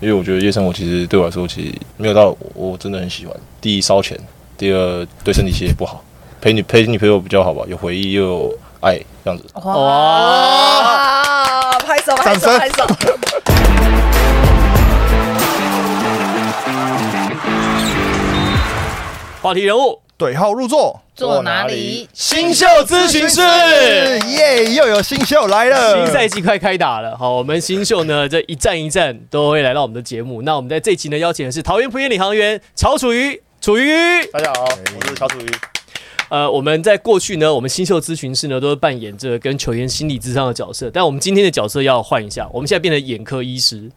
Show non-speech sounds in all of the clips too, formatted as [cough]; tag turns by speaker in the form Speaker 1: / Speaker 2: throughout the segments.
Speaker 1: 因为我觉得夜生活其实对我来说，其实没有到我我真的很喜欢。第一烧钱，第二对身体其实也不好，陪你陪女朋友比较好吧，有回忆又有爱这样子。
Speaker 2: 哇！拍手，拍手，
Speaker 3: 掌声
Speaker 2: 拍手！
Speaker 4: 话题人物
Speaker 3: 对号入座，
Speaker 2: 坐哪里？
Speaker 4: 新秀咨询室。
Speaker 3: 耶，又有新秀来了。
Speaker 1: 呃
Speaker 4: 新赛季快开打了，好，我们新秀呢这一站一站都会来到我们的节目。那我们在这集呢邀请的是桃园普业领航员曹楚瑜，楚瑜，
Speaker 1: 大家好，我是小楚瑜。
Speaker 4: 呃，我们在过去呢，我们新秀咨询师呢都是扮演着跟球员心理智商的角色，但我们今天的角色要换一下，我们现在变成眼科医师。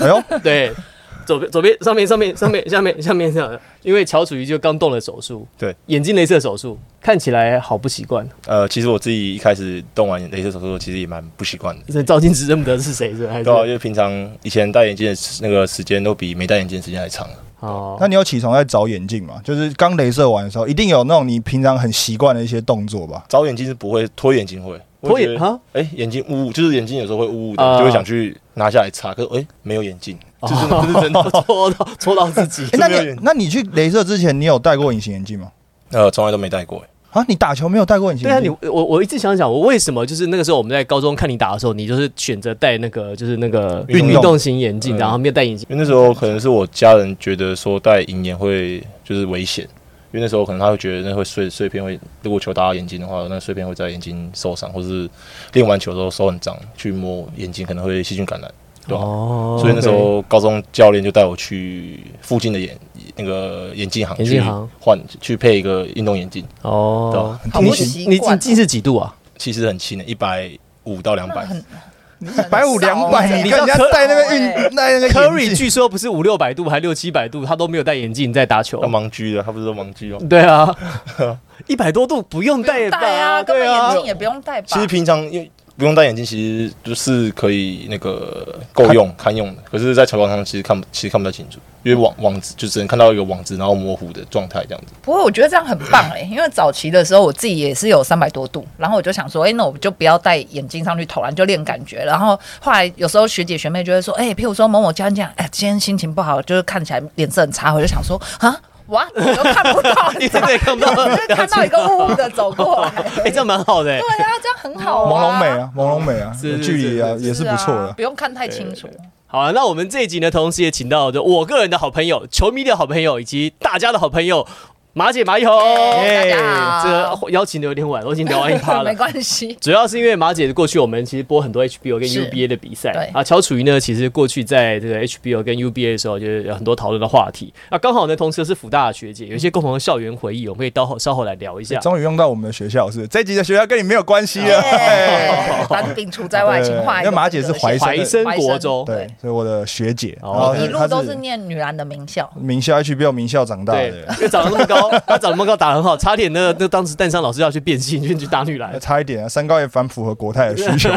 Speaker 3: 哎呦，
Speaker 4: 对， [laughs] 左边左边上面上面上面下面下面这样，因为乔楚瑜就刚动了手术，
Speaker 1: 对，
Speaker 4: 眼睛镭射手术，看起来好不习惯，
Speaker 1: 呃，其实我自己一开始动完镭射手术，其实也蛮不习惯的。
Speaker 4: 这照镜子认不得是谁是吧还是
Speaker 1: 对啊，因为平常以前戴眼镜的时那个时间都比没戴眼镜的时间还长。
Speaker 4: 哦
Speaker 3: 那。你有起床在找眼镜吗？就是刚镭射完的时候，一定有那种你平常很习惯的一些动作吧？
Speaker 1: 找眼镜是不会，脱眼镜会。
Speaker 4: 脱眼
Speaker 1: 我会觉得
Speaker 4: 啊，
Speaker 1: 哎、眼睛雾，就是眼睛有时候会雾雾的，
Speaker 4: 啊
Speaker 1: 就会想去拿下来擦。可是哎、没有眼镜，这是这是真的。 [laughs]
Speaker 4: 戳到戳到自 [laughs] 己，
Speaker 3: 哎那
Speaker 1: 没有眼
Speaker 3: 你那你去镭射之前，你有戴过隐形眼镜吗？
Speaker 1: 呃，从来都没戴过、哎
Speaker 3: 啊，你打球没有戴过隐形
Speaker 4: 对啊，
Speaker 3: 眼
Speaker 4: [laughs] 你
Speaker 3: 镜？
Speaker 4: 我我一直想想，我为什么就是那个时候我们在高中看你打的时候，你就是选择戴那个就是那个
Speaker 1: 运
Speaker 3: 动
Speaker 4: 运动型眼镜，
Speaker 1: 嗯
Speaker 4: 然后没有戴眼镜。
Speaker 1: 因为那时候可能是我家人觉得说戴银眼会就是危险，因为那时候可能他会觉得那会碎碎片会，如果球打到眼睛的话，那碎片会在眼睛受伤，或是练完球之后手很脏，去摸眼睛可能会细菌感染。对啊
Speaker 4: 哦
Speaker 1: 所以那时候高中教练就带我去附近的眼那个眼镜行
Speaker 4: 眼
Speaker 1: 去
Speaker 4: 镜行
Speaker 1: 换去配一个运动眼镜，
Speaker 4: 哦，
Speaker 1: 对
Speaker 3: 啊
Speaker 4: 你
Speaker 3: 很贴
Speaker 2: 心
Speaker 4: 你你近视几度啊？
Speaker 1: 其实很轻的，一百五到两
Speaker 2: 那
Speaker 1: 百。
Speaker 2: 很
Speaker 3: 一百五两百，
Speaker 2: 很少
Speaker 3: 啊
Speaker 2: 啊
Speaker 4: 知道
Speaker 3: 你看人家
Speaker 4: 科
Speaker 3: 戴那个运
Speaker 2: 哎
Speaker 3: 哦戴那个眼
Speaker 4: Curry
Speaker 3: 镜，
Speaker 4: 据说不是五六百度，还六七百度，他都没有戴眼镜在打球
Speaker 1: 他。盲狙的，他不是说盲狙哦吗？
Speaker 4: 对啊，
Speaker 1: [laughs]
Speaker 4: 一百多度不用
Speaker 2: 不
Speaker 4: 戴
Speaker 2: 用
Speaker 4: 吧？
Speaker 2: 戴
Speaker 4: [laughs]
Speaker 2: 啊，根
Speaker 4: 对
Speaker 2: 本眼
Speaker 4: 啊
Speaker 2: 镜，也不用戴吧。
Speaker 1: 其实平常因为不用戴眼镜，其实就是可以那个够用堪用的。可是，在球场上其实看不其实看不太清楚，因为网网子就只能看到一个网子，然后模糊的状态这样子。
Speaker 2: 不过我觉得这样很棒哎、因为早期的时候我自己也是有三百多度，然后我就想说，哎、那我就不要戴眼镜上去投篮，就练感觉。然后后来有时候学姐学妹就会说，哎、譬如说某某教练讲，哎、今天心情不好，就是看起来脸色很差，我就想说，啊，哇，我都看不到，
Speaker 4: 你
Speaker 2: 你知道
Speaker 4: 真 [laughs] 的
Speaker 2: 吗
Speaker 4: 也看不到
Speaker 2: 就是看到一个雾雾的走过
Speaker 4: [laughs]
Speaker 2: 来。
Speaker 4: 哎，这样蛮好的欸。
Speaker 2: 对啊，这样很好、啊，
Speaker 3: 朦胧美啊，朦胧美啊，
Speaker 4: 是
Speaker 3: 有
Speaker 4: 是
Speaker 3: 距离啊
Speaker 4: 是
Speaker 3: 也是不错
Speaker 2: 啊
Speaker 3: 的。
Speaker 2: 不用看太清楚。 [laughs]
Speaker 4: 好啊了，那我们这一集呢，同时也请到就我个人的好朋友、球迷的好朋友以及大家的好朋友马姐马一红。
Speaker 2: 耶大家好
Speaker 4: 这邀请的有点晚，我已经聊完一趴了
Speaker 2: 哎没。关
Speaker 3: [laughs]
Speaker 2: 系。
Speaker 4: 主要是因为马姐过去我们其实播很多 HBO 跟
Speaker 2: 是
Speaker 4: UBA 的比赛
Speaker 2: 对
Speaker 4: 啊，乔楚瑜呢其实过去在这个 HBO 跟 UBA 的时候，就是有很多讨论的话题啊，刚好呢同时是辅大的学姐，有一些共同的校园回忆，我们可以稍后稍后来聊一下。
Speaker 3: 终于用到我们的学校，是不是这集的学校跟你没有关系了。
Speaker 2: 耶 [laughs] 把病除在外，请画一
Speaker 3: 哎因
Speaker 2: 个
Speaker 3: 为马姐是怀
Speaker 4: 怀
Speaker 3: 生的，
Speaker 4: 生国中，
Speaker 3: 对，所以我的学姐，
Speaker 4: 哦
Speaker 3: 然后
Speaker 2: 一路
Speaker 3: 她
Speaker 2: 都是念女篮的名校。
Speaker 3: 名校 HBO 名校长大
Speaker 4: 对
Speaker 3: 的，，
Speaker 4: 因为长得那么高，他长得那么高，打得很好，差点呢，那当时蛋商老师要去变性，去去打女篮。
Speaker 3: 差一点啊，身高也反符合国泰的需求，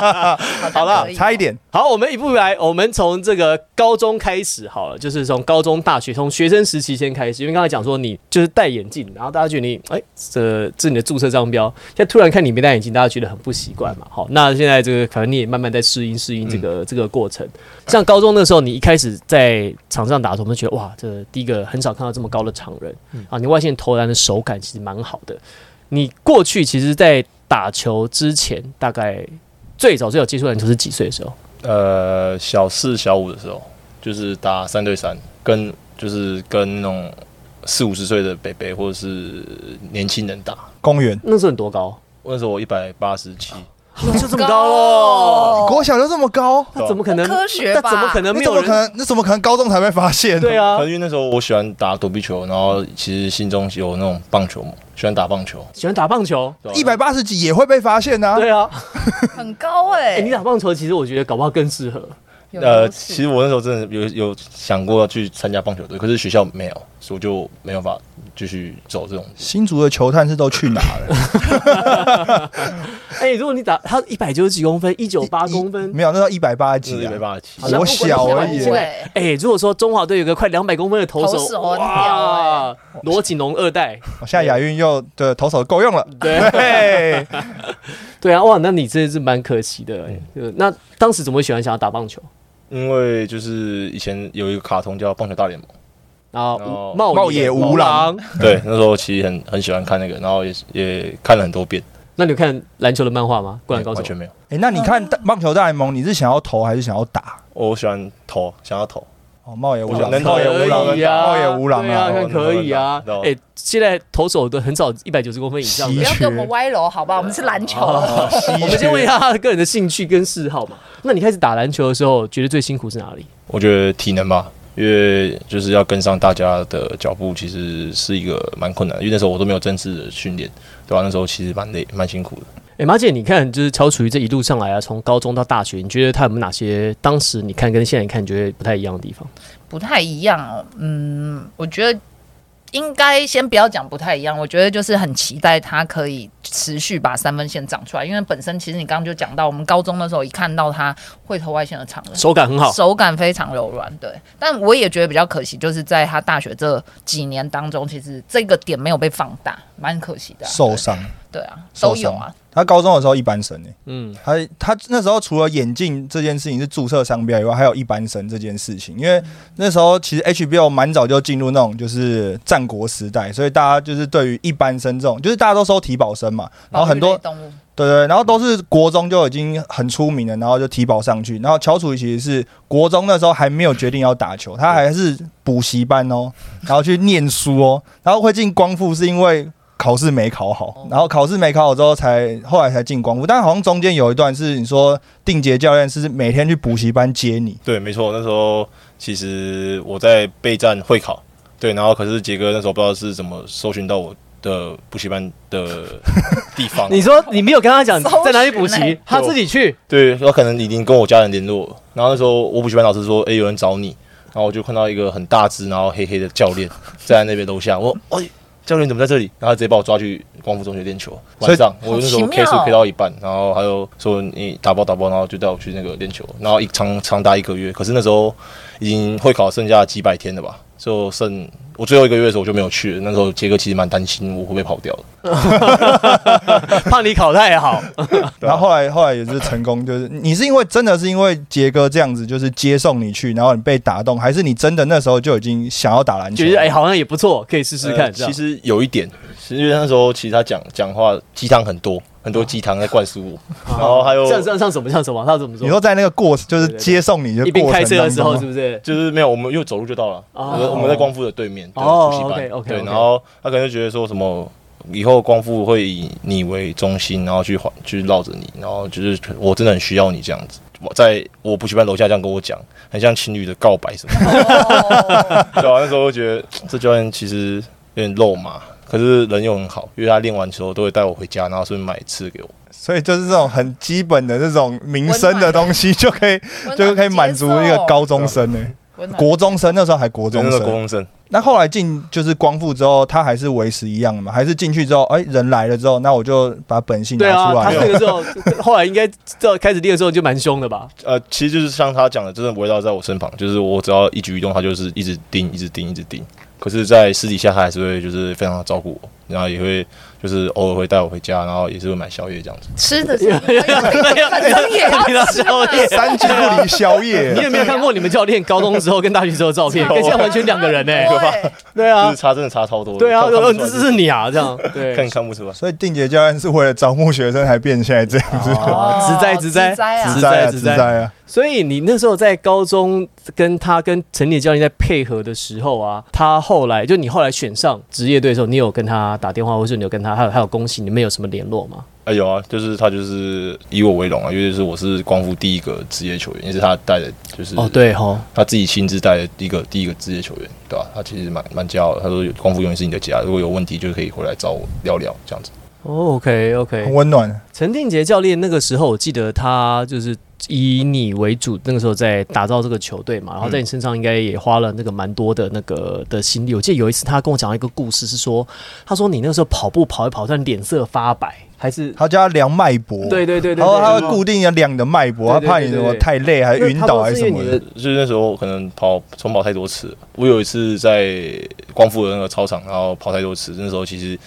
Speaker 2: 好
Speaker 4: 啦
Speaker 2: 可以
Speaker 3: [laughs] 差一点。
Speaker 4: 好，我们一步来，我们从这个高中开始好了，就是从高中、大学，从学生时期先开始。因为刚才讲说你就是戴眼镜，然后大家觉得你哎，这这是你的注册商标，现在突然看你没戴眼镜，大家觉得很不习惯嘛。好，那现在这个反正你也慢慢在适应适应这个、这个过程。像高中的时候，你一开始在场上打的时候，我们觉得哇，这第一个很少看到这么高的场人、啊，你外线投篮的手感其实蛮好的。你过去其实，在打球之前，大概最早最早接触篮球是几岁的时候？
Speaker 1: 呃，小四小五的时候，就是打三对三，跟就是跟那种四五十岁的北北或者是年轻人打。
Speaker 3: 公园
Speaker 4: 那时候你多高？
Speaker 1: 那时候我一百八十七，
Speaker 4: [laughs] 就这
Speaker 2: 么
Speaker 4: 么
Speaker 2: 哦高哦
Speaker 4: 高
Speaker 2: 咯
Speaker 4: 喽？
Speaker 3: 国小就这么高，
Speaker 4: 那怎么可能？
Speaker 2: 科学
Speaker 4: 那
Speaker 2: 吧
Speaker 4: 怎么可能
Speaker 3: 那
Speaker 4: 没
Speaker 3: 怎
Speaker 4: 有
Speaker 3: 么可
Speaker 4: 人？
Speaker 3: 能？那怎么可能高中才被发现？
Speaker 4: 对啊
Speaker 1: 可，是因为那时候我喜欢打躲避球，然后其实心中有那种棒球梦，喜欢打棒球。
Speaker 4: 喜欢打棒球。
Speaker 1: 对啊
Speaker 3: 一百八十几也会被发现呐。
Speaker 4: 对啊，
Speaker 2: 很
Speaker 3: 哦
Speaker 2: 高哎、
Speaker 4: 哎，你打棒球其实我觉得搞不好更适合。
Speaker 2: 有
Speaker 1: 呃，
Speaker 2: 优势
Speaker 1: 其实我那时候真的有有想过要去参加棒球队，可是学校没有，所以我就没有办法继续走这种。
Speaker 3: 新竹的球探是都去哪了？
Speaker 4: 哎，如果你打他一百九十几公分，一九八公分，
Speaker 3: 没有，那到一百八十
Speaker 1: 真
Speaker 3: 几
Speaker 1: 的
Speaker 3: 啊
Speaker 1: 没。办法骑
Speaker 4: 好。像
Speaker 3: 我小而已
Speaker 4: 现在哎，如果说中华队有个快两百公分的投
Speaker 2: 投
Speaker 4: 手，
Speaker 2: 手很屌，哎
Speaker 4: 罗锦龙
Speaker 2: [laughs]
Speaker 4: 二代，
Speaker 3: 我现在亚运又的投手够用了。
Speaker 4: 对啊
Speaker 3: 对，
Speaker 4: 对啊，哇，那你真的是蛮可惜的。哎就那当时怎么会喜欢想要打棒球？
Speaker 1: 因为就是以前有一个卡通叫《棒球大联盟
Speaker 4: 然后
Speaker 1: 然后
Speaker 4: 无茂
Speaker 3: 哦茂野
Speaker 4: 无
Speaker 3: 无
Speaker 4: 郎。》，
Speaker 3: 郎
Speaker 1: [laughs] 对，那时候其实很很喜欢看那个，然后也也看了很多遍，
Speaker 4: 那你有看篮球的漫画吗？灌篮高
Speaker 1: 完
Speaker 4: 手
Speaker 1: 全。没有。
Speaker 3: [laughs] 哎，那你看大棒球大联盟，你是想要投还是想要打？
Speaker 1: 我喜欢投，想要投，
Speaker 3: 哦，茂野无
Speaker 1: 我想
Speaker 3: 郎，
Speaker 1: 能投
Speaker 3: 茂野无
Speaker 1: 可
Speaker 3: 郎
Speaker 1: 以
Speaker 4: 呀，
Speaker 3: 啊，茂野无郎
Speaker 4: 对啊，
Speaker 3: 啊，
Speaker 4: 看可以啊
Speaker 1: 对啊。
Speaker 4: 哎，现在投手都很少一百九十公分以上的
Speaker 3: 稀
Speaker 2: 不。要
Speaker 3: 缺
Speaker 2: 给我们歪楼，好吧？我们是篮球，
Speaker 4: 我们先问一下他啊 [laughs] 个人的兴趣跟嗜好嘛。那你开始打篮球的时候，觉得最辛苦是哪里？
Speaker 1: 我觉得体能吧，因为就是要跟上大家的脚步，其实是一个蛮困难的。因为那时候我都没有正式的训练，对吧、那时候其实蛮累、蛮辛苦的。
Speaker 4: 哎、马姐，你看，就是乔楚瑜这一路上来啊，从高中到大学，你觉得他有没有哪些当时你看跟现在你看，你觉得不太一样的地方？
Speaker 2: 不太一样哦。嗯，我觉得应该先不要讲不太一样，我觉得就是很期待他可以持续把三分线长出来，因为本身其实你刚刚就讲到，我们高中的时候一看到他会投外线的场了。
Speaker 4: 手感很好，
Speaker 2: 手感非常柔软，对。但我也觉得比较可惜，就是在他大学这几年当中，其实这个点没有被放大，蛮可惜的啊、
Speaker 3: 受伤。
Speaker 2: 对啊，
Speaker 3: 受
Speaker 2: 都
Speaker 3: 伤
Speaker 2: 有啊，
Speaker 3: 他高中的时候一般生诶、
Speaker 4: 嗯，
Speaker 3: 他他那时候除了眼镜这件事情是注册商标以外，还有一般生这件事情。因为那时候其实 HBO 蛮早就进入那种就是战国时代，所以大家就是对于一般生这种，就是大家都收体保生嘛，然后很
Speaker 2: 保育
Speaker 3: 多
Speaker 2: 类动物
Speaker 3: 啊对对，然后都是国中就已经很出名了，然后就提保上去。然后乔楚瑜其实是国中那时候还没有决定要打球，他还是补习班哦，然后去念书哦，然后会进光复是因为考试没考好，然后考试没考好之后才后来才进光复，但好像中间有一段是你说定杰教练是每天去补习班接你，
Speaker 1: 对，没错，那时候其实我在备战会考，对，然后可是杰哥那时候不知道是怎么搜寻到我的补习班的地方，
Speaker 4: 你说你没有跟他讲
Speaker 2: 搜寻
Speaker 4: 在哪里补习
Speaker 2: 欸，
Speaker 4: 他自己去，
Speaker 1: 对，他可能已经跟我家人联络了，然后那时候我补习班老师说，哎、有人找你，然后我就看到一个很大只，然后黑黑的教练站在那边楼下，我哎。教练怎么在这里？然后他直接把我抓去光复中学练球。
Speaker 3: 所以
Speaker 1: 晚上我那时候
Speaker 2: 好奇妙
Speaker 1: K
Speaker 2: 哦
Speaker 1: 数 K 到一半，然后他就说你打包打包，然后就带我去那个练球，然后一长长达一个月。可是那时候已经会考剩下几百天了吧，就剩我最后一个月的时候我就没有去了。那时候杰哥其实蛮担心我会不会跑掉的。
Speaker 4: 怕你考太
Speaker 3: [laughs]
Speaker 4: 好，
Speaker 3: 然后后来后来也是成功，就是你是因为真的是因为杰哥这样子就是接送你去，然后你被打动，还是你真的那时候就已经想要打篮球
Speaker 4: 觉
Speaker 3: 了？
Speaker 4: 得哎、好像也不错，可以试试看。
Speaker 1: 呃
Speaker 4: 这样
Speaker 1: 其实有一点，是因为那时候其实他讲讲话鸡汤很多，很多鸡汤在灌输
Speaker 4: [laughs]
Speaker 1: 我，
Speaker 4: 啊
Speaker 1: 然后还有
Speaker 4: 像像像什么像什么，他怎么
Speaker 3: 哦你说在那个过就是接送你的
Speaker 4: 一边
Speaker 3: 过
Speaker 4: 开
Speaker 3: 程
Speaker 4: 车的
Speaker 3: 当
Speaker 4: 时候
Speaker 3: 中啊
Speaker 4: 是
Speaker 3: 吗，
Speaker 4: 不是？
Speaker 1: 就是没有，我们又走路就到了。
Speaker 4: 哦
Speaker 1: 我们我们在光复的对面的
Speaker 4: 哦
Speaker 1: 补习班，
Speaker 4: OK，OK，OK
Speaker 1: 对，然后他可能就觉得说什么。以后光复会以你为中心，然后去环去绕着你，然后就是我真的很需要你这样子。我在我补习班楼下这样跟我讲，很像情侣的告白什么的。
Speaker 4: [laughs]
Speaker 2: 哦
Speaker 1: 对啊，那时候我觉得这教练其实有点肉麻，可是人又很好，因为他练完球都会带我回家，然后顺便买吃给我。
Speaker 3: 所以就是这种很基本的这种民生的东西，就可以 [laughs] 就可以满足一个高中生呢、
Speaker 2: 温暖
Speaker 3: 国中生那时候还国
Speaker 1: 真
Speaker 3: 中
Speaker 1: 的国
Speaker 3: 生。
Speaker 1: 中生，
Speaker 3: 那后来进就是光复之后，他还是维持一样的嘛？还是进去之后，哎、人来了之后，那我就把本性
Speaker 4: 对
Speaker 3: 拿
Speaker 4: 啊，
Speaker 3: 出
Speaker 4: 他
Speaker 3: 来
Speaker 4: 那
Speaker 3: 了。
Speaker 4: 个时候后来应该到开始练的时候就蛮凶的吧？
Speaker 1: 呃，其实就是像他讲的，真的围绕在我身旁，就是我只要一举一动，他就是一直盯，一直盯，一直盯。可是，在私底下，他还是会就是非常的照顾我，然后也会就是偶尔会带我回家，然后也是会买宵夜这样子。
Speaker 2: 吃的是，本身也要吃嘛
Speaker 4: 宵夜
Speaker 3: [laughs] 三斤不离宵
Speaker 4: 你 [laughs]
Speaker 3: 夜，
Speaker 4: 有没有看过你们教练高中时候跟大学时候的照片？跟现在完全两个人呢、
Speaker 2: 对，
Speaker 4: 对
Speaker 1: 就
Speaker 4: 啊
Speaker 1: 是，差真的差超多的。
Speaker 4: 对啊，
Speaker 1: 看看
Speaker 4: 呃
Speaker 1: 不
Speaker 4: 这
Speaker 1: 出
Speaker 4: 是
Speaker 1: 来
Speaker 4: 你啊，这样对
Speaker 1: 看看不出来。
Speaker 3: 所以定杰教练是为了招募学生才变现在
Speaker 4: [laughs]
Speaker 3: 这样子，
Speaker 4: 哦
Speaker 2: 哦
Speaker 4: 直栽直栽
Speaker 2: 直栽啊
Speaker 3: 自
Speaker 4: 直
Speaker 3: 在啊
Speaker 4: 栽
Speaker 3: 自
Speaker 4: 直
Speaker 3: 在
Speaker 4: 栽。
Speaker 3: 啊！
Speaker 4: 所以你那时候在高中跟他跟陈铁教练在配合的时候啊，他后来就你后来选上职业队的时候，你有跟他打电话，或是你有跟他还有还有恭喜，你们有什么联络吗？
Speaker 1: 哎，有啊，就是他就是以我为荣啊，因为就是我是光复第一个职业球员，也是他带的，就是
Speaker 4: 哦，对吼，
Speaker 1: 他自己亲自带的一个第一个职业球员，对吧、他其实蛮蛮骄傲的，他说光复永远是你的家，如果有问题就可以回来找我聊聊这样子。
Speaker 4: 哦，OK
Speaker 3: 很
Speaker 4: OK。
Speaker 3: 温暖。
Speaker 4: 陈定杰教练那个时候，我记得他就是以你为主，那个时候在打造这个球队嘛，然后在你身上应该也花了那个蛮多的那个的心力。我记得有一次他跟我讲一个故事，是说他说你那个时候跑步跑一跑，但脸色发白，还是
Speaker 3: 他叫他量脉搏，
Speaker 4: 对对对对对，
Speaker 3: 然后他会固定要量你的脉搏，他
Speaker 4: 对对对
Speaker 3: 怕你什么太累还是晕倒还是什么
Speaker 4: 因为
Speaker 3: 的
Speaker 4: 他。
Speaker 1: 就是那时候可能跑重跑太多次了，我有一次在光复的那个操场，然后跑太多次，那时候其实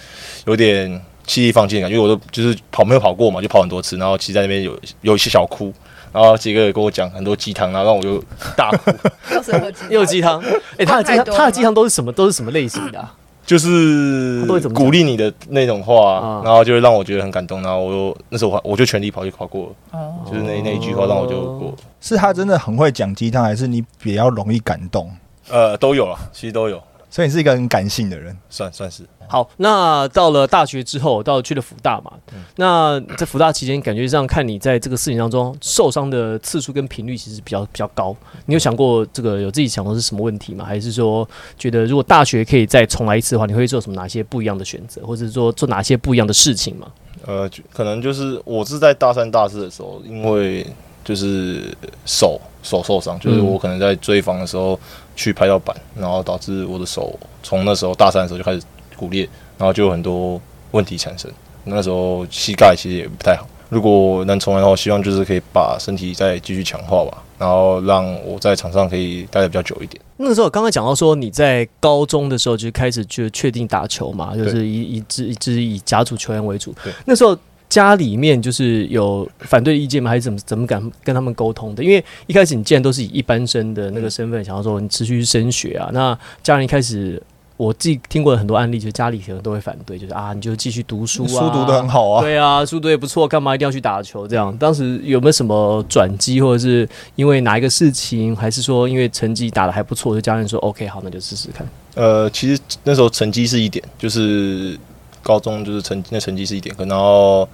Speaker 1: 有点气力放尽的感觉，因为我都就是跑没有跑过嘛，就跑很多次，然后其实在那边有有一些小哭，然后杰哥也跟我讲很多鸡汤，然后让我就大哭，
Speaker 2: 又是喝鸡
Speaker 4: 又鸡汤，哎，他的鸡
Speaker 2: 太
Speaker 4: 汤，
Speaker 2: 多了
Speaker 4: 他的鸡汤都是什么？都是什么类型的啊？
Speaker 1: 就是
Speaker 4: 他都会怎么讲
Speaker 1: 鼓励你的那种话
Speaker 4: 啊，
Speaker 1: 然后就会让我觉得很感动，然后我又那时候我还我就全力跑去跑过了，
Speaker 2: 哦，
Speaker 1: 就是那那一句话让我就
Speaker 4: 哦
Speaker 1: 过了，
Speaker 3: 是他真的很会讲鸡汤，还是你比较容易感动？
Speaker 1: 呃，都有啊，其实都有，
Speaker 3: 所以你是一个很感性的人。
Speaker 1: 算算是。
Speaker 4: 好，那到了大学之后，到去了福大嘛，那在福大期间，感觉上看你在这个事情当中受伤的次数跟频率其实比较比较高。你有想过这个有自己想过是什么问题吗？还是说觉得如果大学可以再重来一次的话，你会做什么哪些不一样的选择，或者是说做哪些不一样的事情吗？
Speaker 1: 呃，就可能就是我是在大三、大四的时候，因为就是手手受伤，就是
Speaker 4: 嗯
Speaker 1: 我可能在追防的时候去拍到板，然后导致我的手从那时候大三的时候就开始骨裂，然后就有很多问题产生。那时候膝盖其实也不太好。如果能重来的话，希望就是可以把身体再继续强化吧，然后让我在场上可以待的比较久一点。
Speaker 4: 那时候刚刚讲到说你在高中的时候就开始就确定打球嘛，就是以以之以之以甲组球员为主
Speaker 1: 对。
Speaker 4: 那时候家里面就是有反对意见吗？还是怎么怎么敢跟他们沟通的？因为一开始你既然都是以一般生的那个身份，想要说你持续去升学啊，那家人一开始我自己听过的很多案例，就是家里可能都会反对，就是啊你就继续读书啊，
Speaker 3: 书读的很好啊，
Speaker 4: 对啊，书读也不错，干嘛一定要去打球？这样，当时有没有什么转机，或者是因为哪一个事情，还是说因为成绩打的还不错，就家人说 OK，好，那就试试看。
Speaker 1: 呃，其实那时候成绩是一点，就是高中就是成那成绩是一点，可然后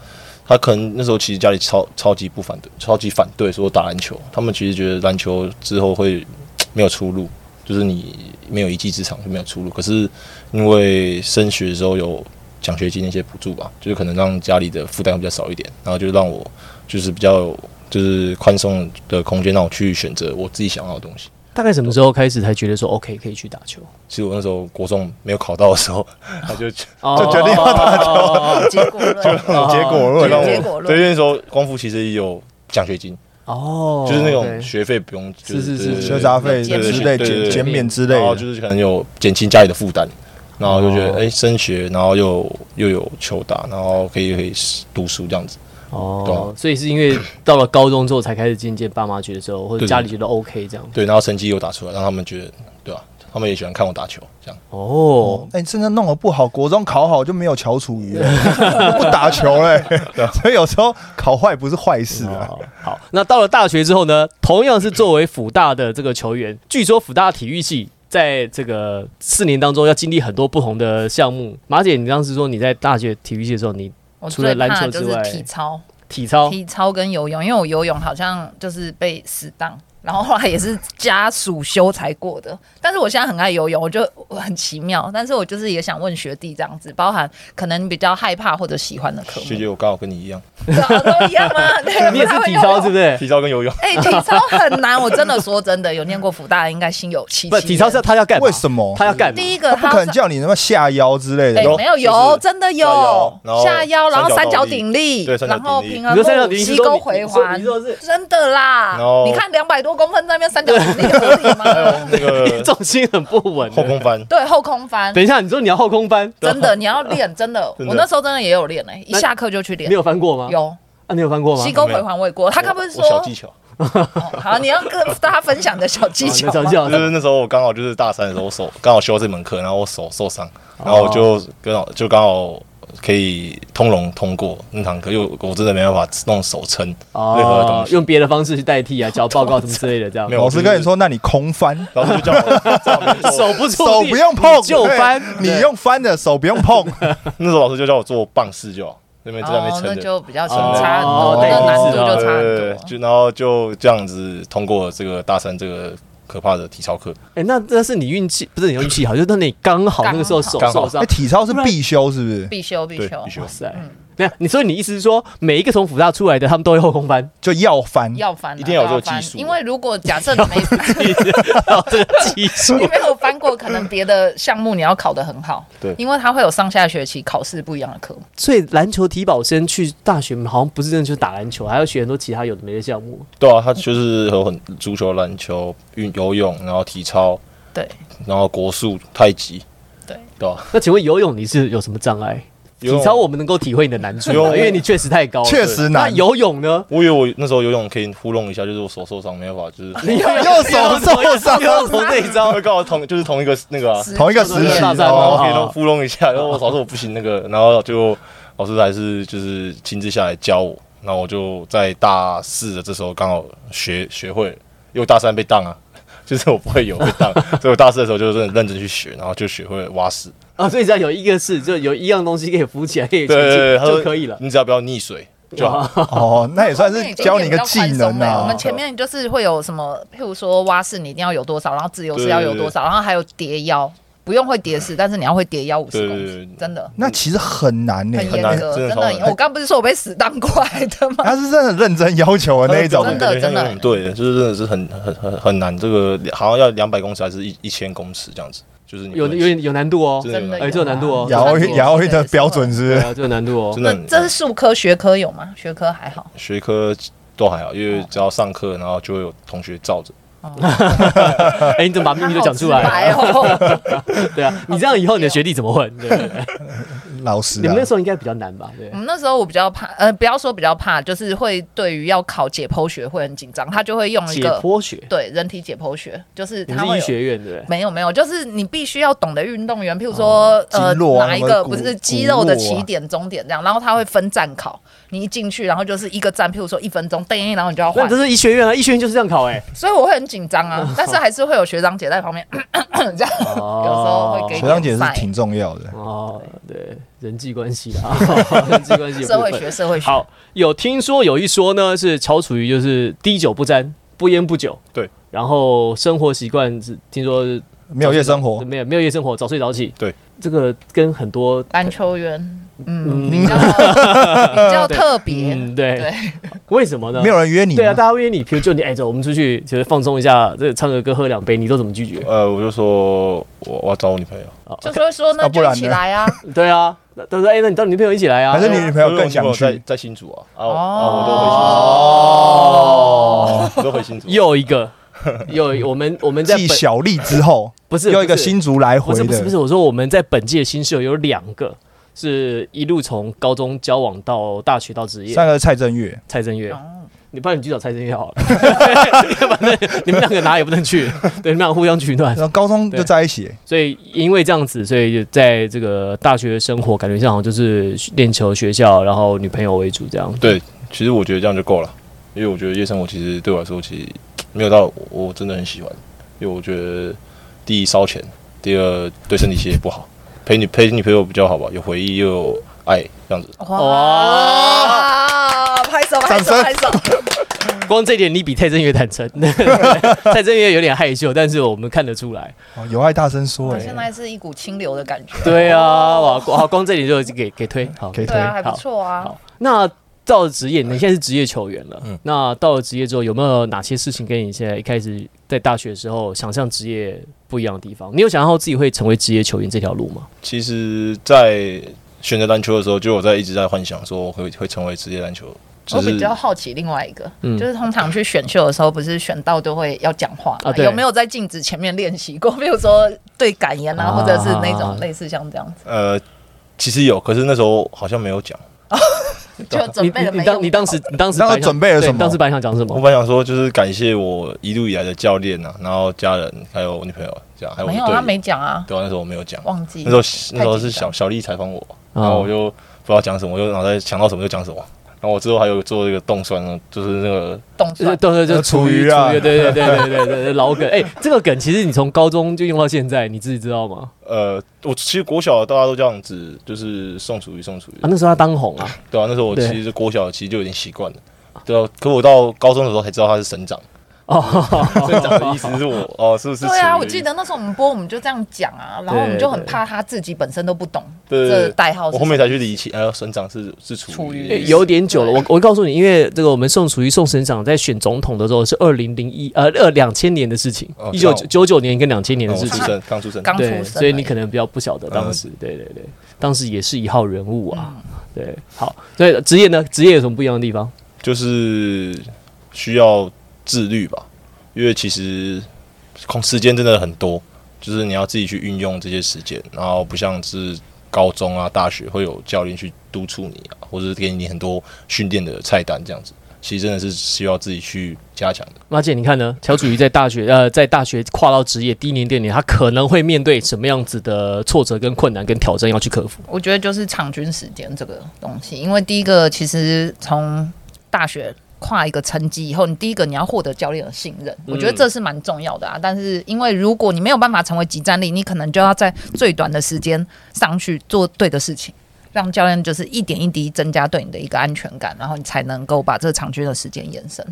Speaker 1: 他可能那时候其实家里超超级不反对，超级反对说打篮球，他们其实觉得篮球之后会没有出路，就是你没有一技之长就没有出路。可是因为升学的时候有奖学金那些补助吧，就是可能让家里的负担比较少一点，然后就让我就是比较有就是宽松的空间，让我去选择我自己想要的东西。
Speaker 4: 大概什么时候开始才觉得说 OK 可以去打球？
Speaker 1: 其实我那时候国中没有考到的时
Speaker 3: [laughs]
Speaker 1: 候，他就
Speaker 4: 哦
Speaker 3: 就决定要
Speaker 4: 打球。
Speaker 2: 结果论
Speaker 3: 结果如果
Speaker 1: 对，
Speaker 4: 啊
Speaker 3: 让
Speaker 1: 让
Speaker 3: 我
Speaker 2: 结果
Speaker 1: 我
Speaker 2: 论
Speaker 1: 对那时候光复其实也有奖学金，
Speaker 4: 哦，
Speaker 1: 就是那种
Speaker 4: OK
Speaker 1: 学费不用，就是
Speaker 4: 是
Speaker 1: 对
Speaker 4: 是
Speaker 1: 对
Speaker 3: 学杂费
Speaker 2: 减
Speaker 3: 之
Speaker 2: 免
Speaker 3: 类、
Speaker 1: 对对
Speaker 3: 减
Speaker 1: 对
Speaker 3: 减免之类
Speaker 1: 然后
Speaker 3: 的。
Speaker 1: 就是可能有减轻家里的负担，然后就觉得
Speaker 4: 哦
Speaker 1: 哎、升学，然后又又有球打，然后可以可以读书这样子，
Speaker 4: 哦
Speaker 1: 懂，
Speaker 4: 所以是因为到了高中之后才开始渐渐爸妈觉得说，或者
Speaker 1: 对对
Speaker 4: 家里觉得 OK 这样。
Speaker 1: 对，然后成绩又打出来，让他们觉得对吧、他们也喜欢看我打球，这样
Speaker 4: 哦，
Speaker 3: 哎，真的弄得不好，国中考好就没有乔楚瑜了，不打球
Speaker 4: [laughs]
Speaker 3: 嘞。所以有时候考坏不是坏事啊。
Speaker 4: 哦好，那到了大学之后呢，同样是作为辅大的这个球员，据说辅大体育系在这个四年当中要经历很多不同的项目。马姐，你当时说你在大学体育系的时候，你
Speaker 2: 我
Speaker 4: 除了
Speaker 2: 最
Speaker 4: 篮
Speaker 2: 怕
Speaker 4: 球之
Speaker 2: 就
Speaker 4: 外
Speaker 2: 是体操，
Speaker 4: 体操
Speaker 2: 体操跟游泳，因为我游泳好像就是被死当，然后后来也是家暑修才过的。但是我现在很爱游泳，我就我很奇妙。但是我就是也想问学弟这样子，包含可能比较害怕或者喜欢的
Speaker 3: 哦
Speaker 2: 科
Speaker 4: [laughs]
Speaker 2: 目
Speaker 1: 学，姐我刚好跟你一样， [laughs]
Speaker 2: 都一样吗？
Speaker 4: 你也是体操是不
Speaker 2: 是？
Speaker 4: [laughs] 是？
Speaker 1: 体操跟游泳，
Speaker 2: 哎、体操很难，我真的说真的，有念过福大应该心有戚戚。
Speaker 4: 不，体操是他要干嘛？
Speaker 3: 为什么？
Speaker 4: 他要干嘛？
Speaker 2: 第一个
Speaker 3: 不
Speaker 2: 他
Speaker 3: 可能叫你什么下腰之类的
Speaker 2: 哎、。没有有，真的有下腰，然后三角顶立，然后平衡
Speaker 4: 你说三角
Speaker 2: 木
Speaker 4: 形
Speaker 2: 七勾回环
Speaker 4: 你，说 [laughs] 你说
Speaker 2: 真的啦
Speaker 1: 然！后哎
Speaker 2: 你看两百多公分在那边三角形，你合
Speaker 1: [laughs]
Speaker 2: 理吗？
Speaker 1: 那
Speaker 3: [laughs]
Speaker 4: 你是
Speaker 1: 个
Speaker 4: 重心很不稳。
Speaker 1: 后空翻，
Speaker 2: 对，后空翻，
Speaker 4: 等一下，你说你要后空翻，
Speaker 2: 真的你要练，真的，
Speaker 1: 真的
Speaker 2: 我那时候真的也有练欸诶，一
Speaker 4: 那
Speaker 2: 下课就去
Speaker 4: 你
Speaker 2: 练。
Speaker 4: 有翻过吗？
Speaker 2: 有
Speaker 4: 啊，你有翻过吗？
Speaker 2: 西沟回环未过，他刚不是
Speaker 1: 哦我小
Speaker 2: 说
Speaker 1: 技巧，
Speaker 2: 哦 [laughs] 好，你要跟大家分享的小技巧
Speaker 4: 啊那
Speaker 2: 吗
Speaker 4: 小技？ [laughs] 巧
Speaker 1: 就是那时候我刚好就是大三的时候，我手刚好修这门课，然后我手受伤，然后我就刚好就刚好可以通融通过那堂课，因为我真的没办法弄手撑任何的
Speaker 4: 哦
Speaker 1: 东，西。
Speaker 4: 用别的方式去代替啊，交报告什么之类的，这样
Speaker 1: 没有
Speaker 3: 老师跟你说，那你空
Speaker 4: [laughs]
Speaker 3: 翻，
Speaker 1: 然后就叫我，叫我做
Speaker 4: 手不触
Speaker 3: 手
Speaker 4: 地
Speaker 3: 不用碰，
Speaker 4: 你就翻，
Speaker 3: 对你用翻的手不用碰。
Speaker 1: 那时候老师就叫我做棒式就好，那边在那边
Speaker 2: 哦，那
Speaker 1: 撑着。
Speaker 2: 就比较
Speaker 4: 哦
Speaker 2: 差很
Speaker 4: 哦
Speaker 2: 多，
Speaker 4: 对
Speaker 2: 那难
Speaker 4: 是
Speaker 2: 度
Speaker 4: 哦
Speaker 2: 就差
Speaker 1: 对
Speaker 2: 很
Speaker 1: 啊对
Speaker 2: 多
Speaker 1: 对。就然后就这样子通过这个大三这个可怕的体操课，
Speaker 4: 哎、那那是你运气，不是你运气好，就是那你刚好那个时候手
Speaker 1: 刚好
Speaker 4: 受伤
Speaker 3: 哎，。体操是必修是不是？
Speaker 2: 必修必
Speaker 1: 对
Speaker 2: 修
Speaker 1: 必修
Speaker 4: 哇。塞！嗯那你所以你意思是说，每一个从福大出来的，他们都会后空翻
Speaker 3: 就要翻。
Speaker 2: 要翻啊，
Speaker 1: 一定要有这个
Speaker 2: 要翻
Speaker 1: 技术
Speaker 2: 因为如果假设
Speaker 1: [laughs]
Speaker 2: 你没翻
Speaker 4: 这个技
Speaker 3: [laughs]
Speaker 4: 术
Speaker 2: 你没有翻过，可能别的项目你要考得很好，
Speaker 1: 对
Speaker 2: 因为它会有上下学期考试不一样的科目。
Speaker 4: 所以篮球体保生去大学好像不是真的就打篮球，还要学很多其他有的没的项目。
Speaker 1: 对啊，他就是有很足球、篮球、运游泳，然后体操，
Speaker 2: 对
Speaker 1: 然后国术、太极，
Speaker 2: 对，
Speaker 1: 对吧？啊
Speaker 4: 那请问游泳你是有什么障碍？体操我们能够体会你的难处啊，
Speaker 1: 游
Speaker 4: 因为你确实太高了。
Speaker 3: 确实
Speaker 4: 那
Speaker 3: 难。
Speaker 4: 游泳
Speaker 3: [laughs]
Speaker 4: 呢？
Speaker 1: 我以为我那时候游泳可以糊弄一下，就是我手受伤没办法，就是
Speaker 4: [laughs] 你
Speaker 3: 右手受伤
Speaker 4: 右手那一招，
Speaker 1: 会刚好同就是同一个那个啊，
Speaker 3: 同一个时期
Speaker 4: 大战
Speaker 1: 然后
Speaker 3: 哦，
Speaker 1: 可以都糊弄一下，然后我老师我不行那个，然后就老师还是就是亲自下来教我，然后我就在大四的这时候刚好学学会了，因为我大三被当啊。 [laughs] 就是我不会游会荡，所以我大四的时候就认认真去学，然后就学会了蛙式。
Speaker 4: 啊，所以只要有一个是，就有一样东西可以浮起来，可以前
Speaker 1: 对对对，
Speaker 4: 进
Speaker 1: 他说
Speaker 4: 就可以了。
Speaker 1: 你只要不要溺水就好。
Speaker 3: 哦，那也算是教你一个技能
Speaker 2: 了。欸我
Speaker 3: 啊
Speaker 2: 们。前面就是会有什么，譬如说蛙式你一定要有多少，然后自由式要有多少，然后还有叠腰，不用会叠式，但是你要会叠腰五
Speaker 1: 对
Speaker 2: 十公
Speaker 1: 对
Speaker 2: 尺
Speaker 1: 对对，
Speaker 2: 真的。
Speaker 3: 那其实很难欸呢、
Speaker 2: 很严
Speaker 1: 难
Speaker 2: 格，
Speaker 1: 真的
Speaker 2: 真
Speaker 1: 超
Speaker 2: 的很严。
Speaker 1: 难
Speaker 2: 我刚不是说我被死当过来的吗？
Speaker 3: 他是真的认真要求的那一种、
Speaker 2: 真的
Speaker 1: 对像游泳队的，就是真的是很很很很难，这个好像要两百公尺还是一一千公尺这样子，就是你
Speaker 4: 有
Speaker 1: 不能
Speaker 4: 有有难度哦，
Speaker 1: 真的
Speaker 2: 真的
Speaker 1: 哎
Speaker 2: 有啊
Speaker 4: 这有难度哦
Speaker 3: [laughs] 摇一摇一的标准是不
Speaker 4: 对
Speaker 3: 是
Speaker 4: 啊，这有难度哦
Speaker 1: 真。
Speaker 2: 那
Speaker 1: 的
Speaker 2: 这是数科学科有吗？学科还
Speaker 4: [laughs]
Speaker 2: 好，
Speaker 1: 学科都还好，因为只要上课，然后就会有同学罩着。
Speaker 4: 哎，你怎么把秘密都讲出来了？
Speaker 2: [laughs] 好直白哦
Speaker 4: 对啊，你这样以后你的学弟怎么混？对对对
Speaker 1: 啊
Speaker 3: 老师、
Speaker 4: 你
Speaker 3: 啊
Speaker 4: 们那。时候应该比较难吧？对
Speaker 2: 我。们那时候我比较怕，呃，不要说比较怕，就是会对于要考解剖学会很紧张，他就会用嗯一
Speaker 4: 解
Speaker 2: 个
Speaker 4: 剖学，
Speaker 2: 对人体解剖学，就是
Speaker 4: 你
Speaker 2: 他会
Speaker 4: 们是医
Speaker 2: 有
Speaker 4: 学院对不对？
Speaker 2: 没有没有，就是你必须要懂得运动员，譬如说、呃
Speaker 3: 经络啊
Speaker 2: 哪一
Speaker 3: 什么
Speaker 2: 个
Speaker 3: 骨
Speaker 2: 不是肌肉的
Speaker 3: 骨络啊
Speaker 2: 起点、终点这样，然后他会分站考，你一进去然后就是一个站，譬如说一分钟，噔，然后你就要
Speaker 4: 那
Speaker 2: 换
Speaker 4: 你这，是医学院啊，医学院就是这样考哎。
Speaker 2: 所以我会很紧张
Speaker 3: 哦
Speaker 2: 啊， [laughs] 但是还是会有学长姐在旁边这样，[laughs] 有
Speaker 4: 有时
Speaker 2: 时候会给
Speaker 3: 学长姐是挺重要的，
Speaker 4: 哦，对，人际关系
Speaker 2: [laughs]
Speaker 4: 啊，人际关系的
Speaker 2: 社
Speaker 4: 部
Speaker 2: 会
Speaker 4: 分
Speaker 2: 学社会学，
Speaker 4: 好，有听说有一说呢，是乔楚瑜就是滴酒不沾，不烟不酒。
Speaker 1: 对，
Speaker 4: 然后生活习惯是听说是
Speaker 3: 没有夜生活，
Speaker 4: 没有没有夜生活，早睡早起。
Speaker 1: 对，
Speaker 4: 这个跟很多
Speaker 2: 篮球员，嗯，
Speaker 4: 嗯
Speaker 2: 比
Speaker 3: [laughs]
Speaker 2: 较比较特别。
Speaker 4: 嗯对
Speaker 2: 对，
Speaker 4: [laughs] 为什么呢？
Speaker 3: 没有人约你吗，
Speaker 4: 对啊，大家约你，比如就你哎，走，我们出去就是放松一下，这唱个歌喝两杯，你都怎么拒绝？
Speaker 1: 呃，我就说我我要找我女朋友，
Speaker 2: 就所以说那
Speaker 3: 啊不
Speaker 2: 就
Speaker 3: 然
Speaker 2: 一
Speaker 3: 呢
Speaker 2: 起来啊，
Speaker 4: 对啊，那他说哎，那你到你女朋友一起来啊？
Speaker 3: 还是你女朋友更想
Speaker 1: 因为我女朋友在
Speaker 3: 去？
Speaker 1: 在新竹啊，啊
Speaker 2: 哦
Speaker 1: 我啊
Speaker 3: 哦，
Speaker 1: 我都回新竹，我都回新竹。
Speaker 4: 又一
Speaker 3: [laughs]
Speaker 4: 个，又我们我们在
Speaker 3: 继
Speaker 4: 本
Speaker 3: 小丽之后，
Speaker 4: 不是
Speaker 3: 又一个
Speaker 4: 不是
Speaker 3: 新竹来回
Speaker 4: 不是不是不
Speaker 3: 的，
Speaker 4: 是，我说我们在本届新社有两个是一路从高中交往到大学到职业。
Speaker 3: 上个蔡正月，
Speaker 4: 蔡正月，
Speaker 2: 哦
Speaker 4: 你不然你去找蔡正月好了， [laughs] 反正你们两个哪也不能去，对，你们俩互相取暖
Speaker 3: 然。后高中就在一起，
Speaker 4: 所以因为这样子，所以就在这个大学生活感觉上好像就是练球、学校，然后女朋友为主这样。
Speaker 1: 对，其实我觉得这样就够了，因为我觉得夜生活其实对我来说，其实没有到我真的很喜欢，因为我觉得第一烧钱，第二对身体其实也不好，陪女陪女朋友比较好吧，有回忆又有爱这样子。
Speaker 2: 哇！拍手拍
Speaker 3: 哦掌
Speaker 2: 手
Speaker 3: 声
Speaker 2: 拍手！
Speaker 4: 光这一点你比蔡正月坦诚， [laughs] 蔡正月有点害羞，但是我们看得出来。
Speaker 3: 哦有爱大声说，
Speaker 2: 哇
Speaker 3: 哎
Speaker 2: 现在是一股清流的感觉。
Speaker 4: 对啊，哇，光光这一点就给给推好，
Speaker 3: 可以推
Speaker 2: 对。啊，还
Speaker 4: 好
Speaker 2: 不错啊。
Speaker 4: 好，那到了职业，你现在是职业球员了。
Speaker 1: 嗯
Speaker 4: 那到了职业之后，有没有哪些事情跟你现在一开始在大学的时候想象职业不一样的地方？你有想象自己会成为职业球员这条路吗？
Speaker 1: 其实，在选择篮球的时候，就我在一直在幻想说我会会成为职业篮球，只
Speaker 2: 我比
Speaker 1: 是
Speaker 2: 较好奇另外一个，
Speaker 4: 嗯
Speaker 2: 就是通常去选秀的时候，不是选到都会要讲话嘛
Speaker 4: 啊对
Speaker 2: 有没有在镜子前面练习过？ [laughs] 比如说对感言啊，
Speaker 4: 啊
Speaker 2: 或者是那种类似像这样子，
Speaker 1: 呃，其实有，可是那时候好像没有讲。
Speaker 2: 就
Speaker 4: 你
Speaker 2: 准备了
Speaker 4: 啊你
Speaker 2: 没
Speaker 4: 你
Speaker 2: 有
Speaker 4: 当你当时你当时
Speaker 3: 你
Speaker 4: 本
Speaker 3: 当时
Speaker 4: 来想
Speaker 3: 准备了
Speaker 4: 对
Speaker 3: 什么
Speaker 4: 你当时本来想讲什
Speaker 1: 我
Speaker 4: 么？
Speaker 1: 本来想说，就是感谢我一路以来的教练啊，然后家人，还有我女朋友，这样，还有我
Speaker 2: 没
Speaker 1: 的
Speaker 2: 有，
Speaker 1: 队
Speaker 2: 他
Speaker 1: 友。
Speaker 2: 没讲啊，
Speaker 1: 对啊，那时候我没有讲。
Speaker 2: 忘记
Speaker 1: 那时候那时候是
Speaker 2: 太紧
Speaker 1: 小
Speaker 2: 张
Speaker 1: 小丽采访我，
Speaker 4: 哦
Speaker 1: 然后我就不知道讲什么，我就脑袋想到什么就讲什么。然后我之后还有做一个冻酸呢，就是那个
Speaker 2: 动
Speaker 4: 就是
Speaker 2: 算。
Speaker 4: 对对，就是
Speaker 3: 厨
Speaker 4: 余
Speaker 3: 余啊
Speaker 4: 对对对对对对对对老梗。哎，这个梗其实你从高中就用到现在，你自己知道吗？
Speaker 1: 呃，我其实国小大家都这样子，就是宋楚瑜宋楚瑜
Speaker 4: 啊，，那时候他当红啊，
Speaker 1: 对啊，那时候我
Speaker 4: 对
Speaker 1: 其实国小其实就有点习惯了，对啊，可我到高中的时候才知道他是省长，
Speaker 4: 哦，
Speaker 1: 省长的意思是我哦，是不是？
Speaker 2: 对啊，我记，得那时候我们播，我们就这样讲啊，然后我们就很怕他自己本身都不懂
Speaker 1: 对
Speaker 2: 这代号
Speaker 1: 我后
Speaker 2: 是什么。
Speaker 1: 面才去理清，呃，省长是是楚
Speaker 2: 楚
Speaker 1: 瑜
Speaker 2: 瑜
Speaker 1: 的
Speaker 4: 欸
Speaker 1: 意思，
Speaker 4: 有点久了，我我告诉你，因为这个我们宋楚瑜宋省长在选总统的时候是二零零一呃呃两千年的事情
Speaker 1: 哦，
Speaker 4: 一九九九年跟两千年
Speaker 1: 哦嗯
Speaker 4: 的
Speaker 1: 我
Speaker 4: 事
Speaker 1: 出
Speaker 4: 情，
Speaker 1: 生刚出生，
Speaker 2: 刚出
Speaker 4: 对，
Speaker 2: 生
Speaker 4: 所
Speaker 2: 而
Speaker 4: 以你
Speaker 2: 已
Speaker 4: 可能比较不晓得当时，对对对，当时也是一号人物啊，对，好，所以职业呢，职业有什么不一样的地方？
Speaker 1: 就是需要自律吧，因为其实空时间真的很多，就是你要自己去运用这些时间，然后不像是高中啊、大学会有教练去督促你啊，或者是给你很多训练的菜单这样子。其实真的是需要自己去加强的。
Speaker 4: 马姐，你看呢？乔楚瑜在大学呃，在大学跨到职业第一年店里，他可能会面对什么样子的挫折、跟困难、跟挑战要去克服？
Speaker 2: 我觉得就是场均时间这个东西，因为第一个其实从大学跨一个层级以后，你第一个你要获得教练的信任，我觉得这是蛮重要的啊。但是因为如果你没有办法成为集战力，你可能就要在最短的时间上去做对的事情。让教练就是一点一滴增加对你的一个安全感，然后你才能够把这个场均的时间延伸。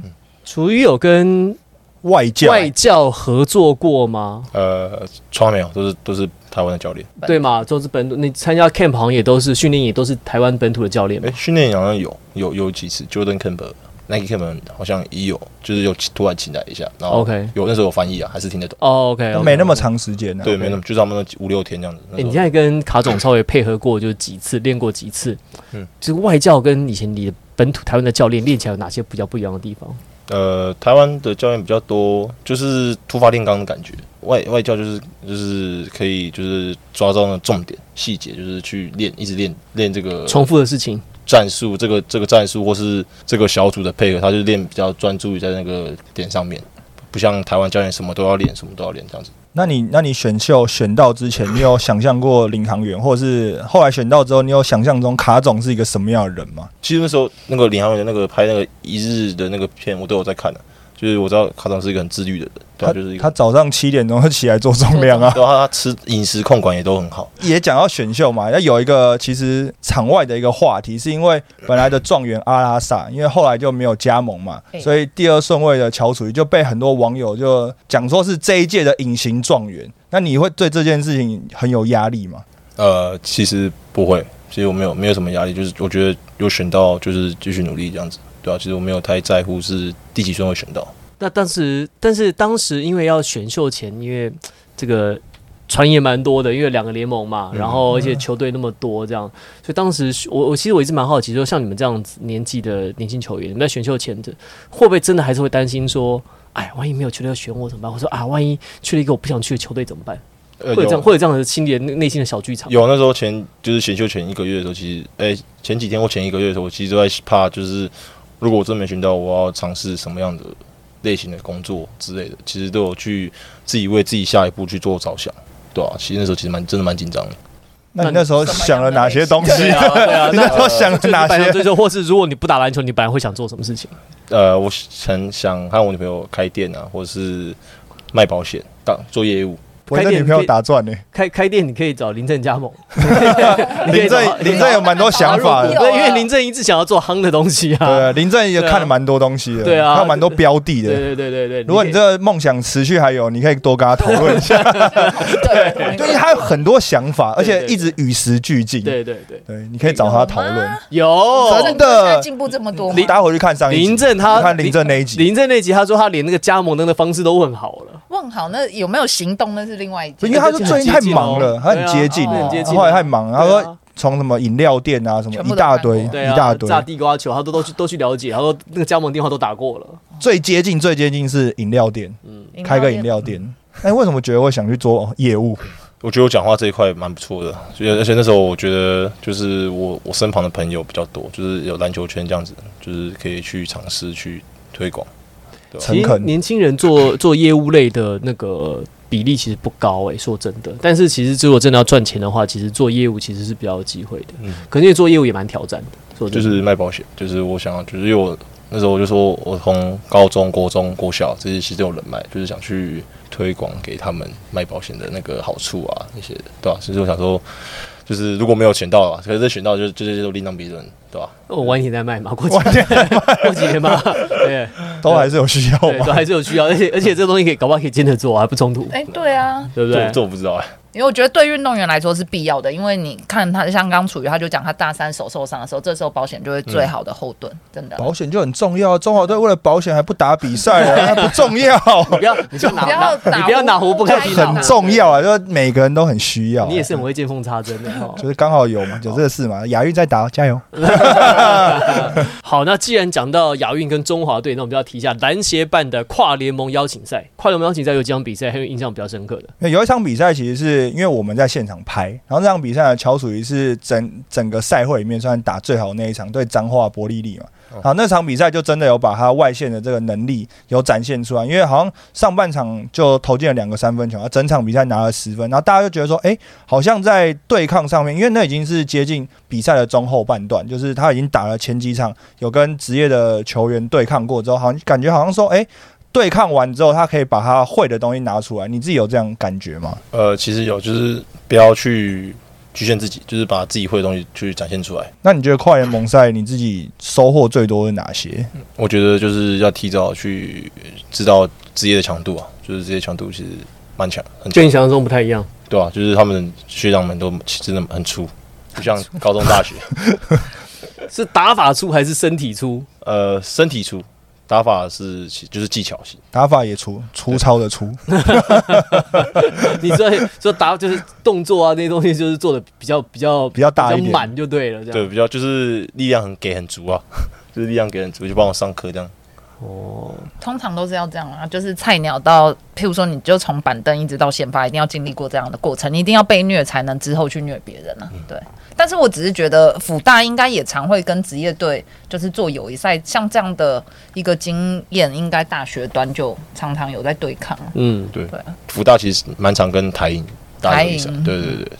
Speaker 4: 楚瑜有跟
Speaker 3: 外教
Speaker 4: 外教合作过吗？
Speaker 1: 呃，从来没有，都是都是台湾的教练。
Speaker 2: 本
Speaker 4: 对嘛，都是本土。你参加 camp 好像也都是训练，也都是台湾本土的教练嘛
Speaker 1: 诶，。训练营好像有有有几次，Jordan Kemper、Nike Kemper 好像也有，就是有突然请来一下，然后
Speaker 4: OK
Speaker 1: 有那时候有翻译啊，还是听得懂。
Speaker 4: 哦，OK，,
Speaker 3: 没那么。长时间啊呢。
Speaker 1: 对，没那么，就是他们那五六天这样子。那
Speaker 4: 哎、
Speaker 1: 时候
Speaker 4: 你现在跟卡总稍微配合过，就是几次练过几次，嗯
Speaker 1: 嗯，
Speaker 4: 就是外教跟以前你的本土台湾的教练练起来有哪些比较不一样的地方？
Speaker 1: 呃，台湾的教练比较多，就是突发炼钢的感觉。外外教就是就是可以就是抓到那重点细节，就是去练，一直练练这个
Speaker 4: 重复的事情，
Speaker 1: 战术，这个这个战术或是这个小组的配合，他就练比较专注于在那个点上面，不像台湾教练什么都要练，什么都要练这样子。
Speaker 3: 那你那你选秀选到之前，你有想象过领航员， [laughs] 或者是后来选到之后，你有想象中卡总是一个什么样的人吗？
Speaker 1: 其实那时候那个领航员那个拍那个一日的那个片，我都有在看的、啊就是我知道卡总是一个很自律的人，对、
Speaker 3: 他
Speaker 1: 啊，就是一个
Speaker 3: 他，早上七点钟就起来做重量啊，
Speaker 1: [laughs] 对啊，他他吃饮食控管也都很好。
Speaker 3: 也讲到选秀嘛，要有一个其实场外的一个话题，是因为本来的状元阿拉萨，因为后来就没有加盟嘛，
Speaker 2: 嘿
Speaker 3: 所以第二顺位的乔楚瑜就被很多网友就讲说是这一届的隐形状元。那你会对这件事情很有压力吗？
Speaker 1: 呃，其实不会，其实我没有没有什么压力，就是我觉得有选到就是继续努力这样子，对啊，其实我没有太在乎是第几顺位选到，
Speaker 4: 那当时，但是当时因为要选秀前，因为这个传言蛮多的，因为两个联盟嘛，
Speaker 3: 嗯
Speaker 4: 然后而且球队那么多，这样，所以当时我我其实我一直蛮好奇，说像你们这样子年纪的年轻球员，你们在选秀前的会不会真的还是会担心说，哎，万一没有球队要选我怎么办？或者说啊，万一去了一个我不想去的球队怎么办？
Speaker 1: 呃，
Speaker 4: 会有这样
Speaker 1: 有
Speaker 4: 会有这样的心里的内内心的小剧场。
Speaker 1: 有那时候前就是选秀前一个月的时候，其实哎、前几天或前一个月的时候，我其实都在怕，就是如果我真没选到，我要尝试什么样的类型的工作之类的，其实都有去自己为自己下一步去做着想，对啊，其实那时候其实蛮真的蛮紧张的。
Speaker 3: 那你那时候想了哪些东西？
Speaker 4: 对啊，对
Speaker 3: [laughs]
Speaker 4: 啊，
Speaker 3: 你那时候想了
Speaker 4: 就是
Speaker 3: 哪
Speaker 4: 本来
Speaker 3: 些？
Speaker 4: 追求，或是如果你不打篮球，你本来会想做什么事情？
Speaker 1: 呃，我很想和我女朋友开店啊，或者是卖保险当做业务。
Speaker 3: 我跟女朋友打转呢、
Speaker 4: 开开店，你可以找林正 [laughs] 加盟，你可以
Speaker 3: 林
Speaker 4: 找
Speaker 3: 正林正有蛮多想法
Speaker 2: 加入
Speaker 3: 的
Speaker 2: 股，
Speaker 4: [laughs] 对，因为林正一直想要做夯的东西 [laughs] 啊。
Speaker 3: 对，林正也看了蛮多东西的，
Speaker 4: 对啊
Speaker 3: 还有蛮多标的
Speaker 4: 对
Speaker 3: 的。
Speaker 4: 对对对对。
Speaker 3: 如果你这
Speaker 4: 可以
Speaker 3: 个梦想持续还有，你可以多跟他讨论一下。
Speaker 2: 对
Speaker 3: [laughs] 就是他有很多想法，而且
Speaker 4: 对对
Speaker 3: 一直与时俱进。
Speaker 4: 对对对，
Speaker 3: 对，你可以找他讨论。
Speaker 4: 有
Speaker 3: 真的
Speaker 2: 现在进步这么多吗，
Speaker 3: 大家回去看上一集
Speaker 4: 林正他
Speaker 3: 看林正那一集，
Speaker 4: 林正那集，他说他连那个加盟灯的方式都问好了，
Speaker 2: 问好那有没有行动那是另外一
Speaker 3: 不
Speaker 2: 件
Speaker 3: 因为。他说最近太忙了，他
Speaker 4: 对啊
Speaker 3: 很接近，
Speaker 2: 哦很
Speaker 4: 接近
Speaker 3: 后来太忙，
Speaker 4: 对
Speaker 3: 他
Speaker 4: 啊
Speaker 3: 说从什么饮料店啊什么
Speaker 2: 全部
Speaker 3: 一
Speaker 2: 都
Speaker 3: 大堆
Speaker 4: 对
Speaker 3: 一
Speaker 4: 啊，
Speaker 3: 大堆，
Speaker 4: 炸地瓜球，他都都去都去了解，他说那个加盟电话都打过了，
Speaker 3: 最接近最接近是饮料店，开个饮料店。哎，为什么觉得会想去做哦业务？
Speaker 1: 我觉得我讲话这一块蛮不错的，所以而且那时候我觉得就是我我身旁的朋友比较多，就是有篮球圈这样子，就是可以去尝试去推广。
Speaker 3: 诚
Speaker 4: 其实
Speaker 3: 恳
Speaker 4: 年轻人做做业务类的那个比例其实不高诶、欸说真的。但是其实如果真的要赚钱的话，其实做业务其实是比较有机会的。
Speaker 1: 嗯
Speaker 4: 可是因为做业务也蛮挑战的，说真
Speaker 1: 就
Speaker 4: 的
Speaker 1: 是卖保险，就是我想要，就是因为我那时候我就说我从高中、国中、国小这些其实都有人脉，就是想去推广给他们卖保险的那个好处啊那些的，对吧、所以我想说，就是如果没有选到啊，可是选到就就是就另当别论，对吧、
Speaker 4: 哦我晚一点再卖嘛，过几年 [laughs] 过几年嘛，对
Speaker 3: 都还是有需要
Speaker 4: 对，都
Speaker 3: 嘛。
Speaker 4: 还是有需要，而且而且这个东西可以搞不好可以兼着做啊，还不冲突，
Speaker 2: 哎、对啊，
Speaker 4: 对不
Speaker 1: 这
Speaker 4: 对
Speaker 1: 我这？我不知道哎、
Speaker 2: 因为我觉得对运动员来说是必要的，因为你看他像刚楚瑜，他就讲他大三手受伤的时候，这时候保险就会最好的后盾，真的。
Speaker 3: 保险就很重要，中华队为了保险还不打比赛
Speaker 4: [laughs]
Speaker 3: 啊，那不重要，
Speaker 4: 你不要，你就拿
Speaker 2: 不要
Speaker 4: 拿，
Speaker 2: 打
Speaker 4: 你不要
Speaker 2: 呼
Speaker 4: 哪壶不开提哪
Speaker 3: 很
Speaker 4: 壶，
Speaker 3: 重要啊，就是每个人都很需要啊。
Speaker 4: 你也是很会见缝插针的哦。
Speaker 3: 就是刚好有嘛，有这个事嘛，亚运在打，加油！
Speaker 4: 好，那既然讲到亚运跟中华队，那我们就要提一下篮协办的跨联盟邀请赛。跨联盟邀请赛有几场比赛很有印象比较深刻的？
Speaker 3: 那有一场比赛其实是是因为我们在现场拍，然后这场比赛呢，乔楚瑜是整整个赛会里面算打最好的那一场，对彰化伯利利嘛。好，那场比赛就真的有把他外线的这个能力有展现出来，因为好像上半场就投进了两个三分球，他整场比赛拿了十分，然后大家就觉得说，哎、好像在对抗上面，因为那已经是接近比赛的中后半段，就是他已经打了前几场有跟职业的球员对抗过之后，好像感觉好像说，哎、对抗完之后，他可以把他会的东西拿出来，你自己有这样感觉吗？
Speaker 1: 呃，其实有就是不要去局限自己，就是把自己会的东西去展现出来。
Speaker 3: 那你觉得跨联盟赛你自己收获最多是哪些？
Speaker 1: 我觉得就是要提早去知道职业的强度啊，就是职业强度其实蛮强，很
Speaker 4: 就
Speaker 1: 强
Speaker 4: 你想象中不太一样。
Speaker 1: 对啊，就是他们学长们都真的很粗，不像高中大学，
Speaker 4: 是打法出还是身体出？
Speaker 1: 呃，身体粗，打法是其就是技巧型，
Speaker 3: 打法也粗，粗糙的粗。
Speaker 4: 你说 [laughs] 说打就是动作啊那些东西，就是做的比较比较
Speaker 3: 比较大一点
Speaker 4: 比较满就对了。这样
Speaker 1: 对，比较就是力量很给很足啊， [laughs] 就是力量给很足，就帮我上课这样。
Speaker 4: 哦，
Speaker 2: 通常都是要这样啊，就是菜鸟到，譬如说，你就从板凳一直到先发，一定要经历过这样的过程，你一定要被虐才能之后去虐别人啊。
Speaker 3: 嗯
Speaker 2: 对，但是我只是觉得辅大应该也常会跟职业队就是做友谊赛，像这样的一个经验，应该大学端就常常有在对抗啊。
Speaker 4: 嗯，
Speaker 1: 福大其实蛮常跟台影打友谊赛
Speaker 2: 台，影
Speaker 1: 对对对，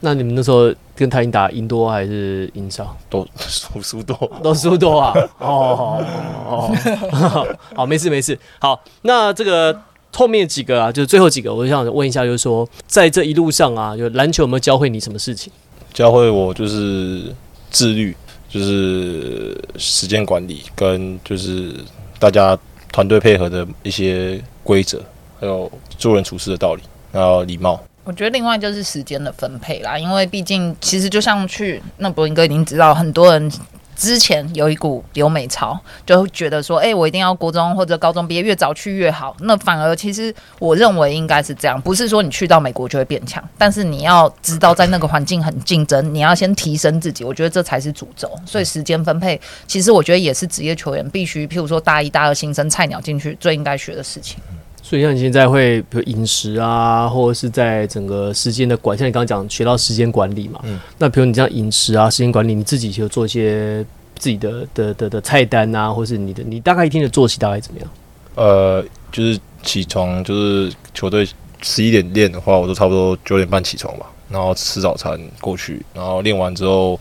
Speaker 4: 那你们那时候跟台英打赢多还是赢少？
Speaker 1: 都 [laughs] 输输多。
Speaker 4: 都输多啊？ [laughs] 哦哦，哦 [laughs] 好，没事没事。好，那这个后面几个啊，就是最后几个，我就想问一下，就是说在这一路上啊，就篮球有没有教会你什么事情？
Speaker 1: 教会我就是自律，就是时间管理跟就是大家团队配合的一些规则，还有做人处事的道理，还有礼貌。
Speaker 2: 我觉得另外就是时间的分配啦，因为毕竟其实就像去那博林哥已经知道，很多人之前有一股留美潮，就会觉得说，哎、我一定要国中或者高中毕业越早去越好。那反而其实我认为应该是这样，不是说你去到美国就会变强，但是你要知道在那个环境很竞争，你要先提升自己，我觉得这才是主轴。所以时间分配，其实我觉得也是职业球员必须，譬如说大一大二新生菜鸟进去最应该学的事情。
Speaker 4: 所以像你现在会，比如饮食啊，或者是在整个时间的管，像你刚刚讲学到时间管理嘛，
Speaker 1: 嗯
Speaker 4: 那比如你这样饮食啊、时间管理，你自己有做一些自己的的的的菜单啊，或是你的你大概一天的作息大概怎么样？
Speaker 1: 呃，就是起床，就是球队十一点练的话，我都差不多九点半起床吧，然后吃早餐过去，然后练完之后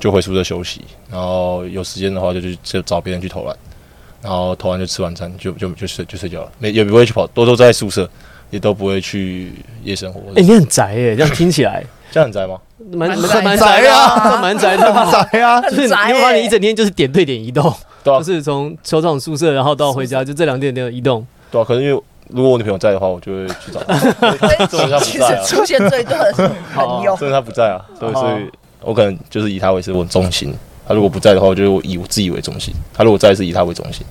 Speaker 1: 就回宿舍休息，然后有时间的话就去就找别人去投篮，然后投完就吃晚餐，就就就睡就睡觉了，没也不会去跑，都都在宿舍，也都不会去夜生活。
Speaker 4: 哎、你很宅耶、这样听起来
Speaker 1: 这样很宅吗？
Speaker 4: 蛮
Speaker 2: 蛮
Speaker 4: 蛮蛮
Speaker 2: 宅
Speaker 4: 宅的
Speaker 2: 啊
Speaker 4: 啊，蛮宅的嘛。
Speaker 3: 哎
Speaker 1: 啊
Speaker 3: 呀，
Speaker 4: 就是你
Speaker 2: 很宅
Speaker 4: 会发现
Speaker 2: 耶
Speaker 4: 你一整天就是点对点移动，
Speaker 1: 对啊
Speaker 4: 就，是从球场宿舍，然后到回家，就这两点点移动。
Speaker 1: 对啊，可是因为如果我女朋友在的话，我就会去找
Speaker 4: [laughs]
Speaker 1: 她，
Speaker 2: [laughs] 所以其
Speaker 1: 其
Speaker 2: 实
Speaker 1: 实
Speaker 2: 出
Speaker 1: 出
Speaker 2: 现最多的是朋
Speaker 1: [laughs]
Speaker 2: 友。
Speaker 1: 所以她不在啊，所以
Speaker 4: 哦
Speaker 1: 所以我可能就是以她为是我的中心。她如果不在的话，我就以我自己为中心；她如果在，是以她为中心。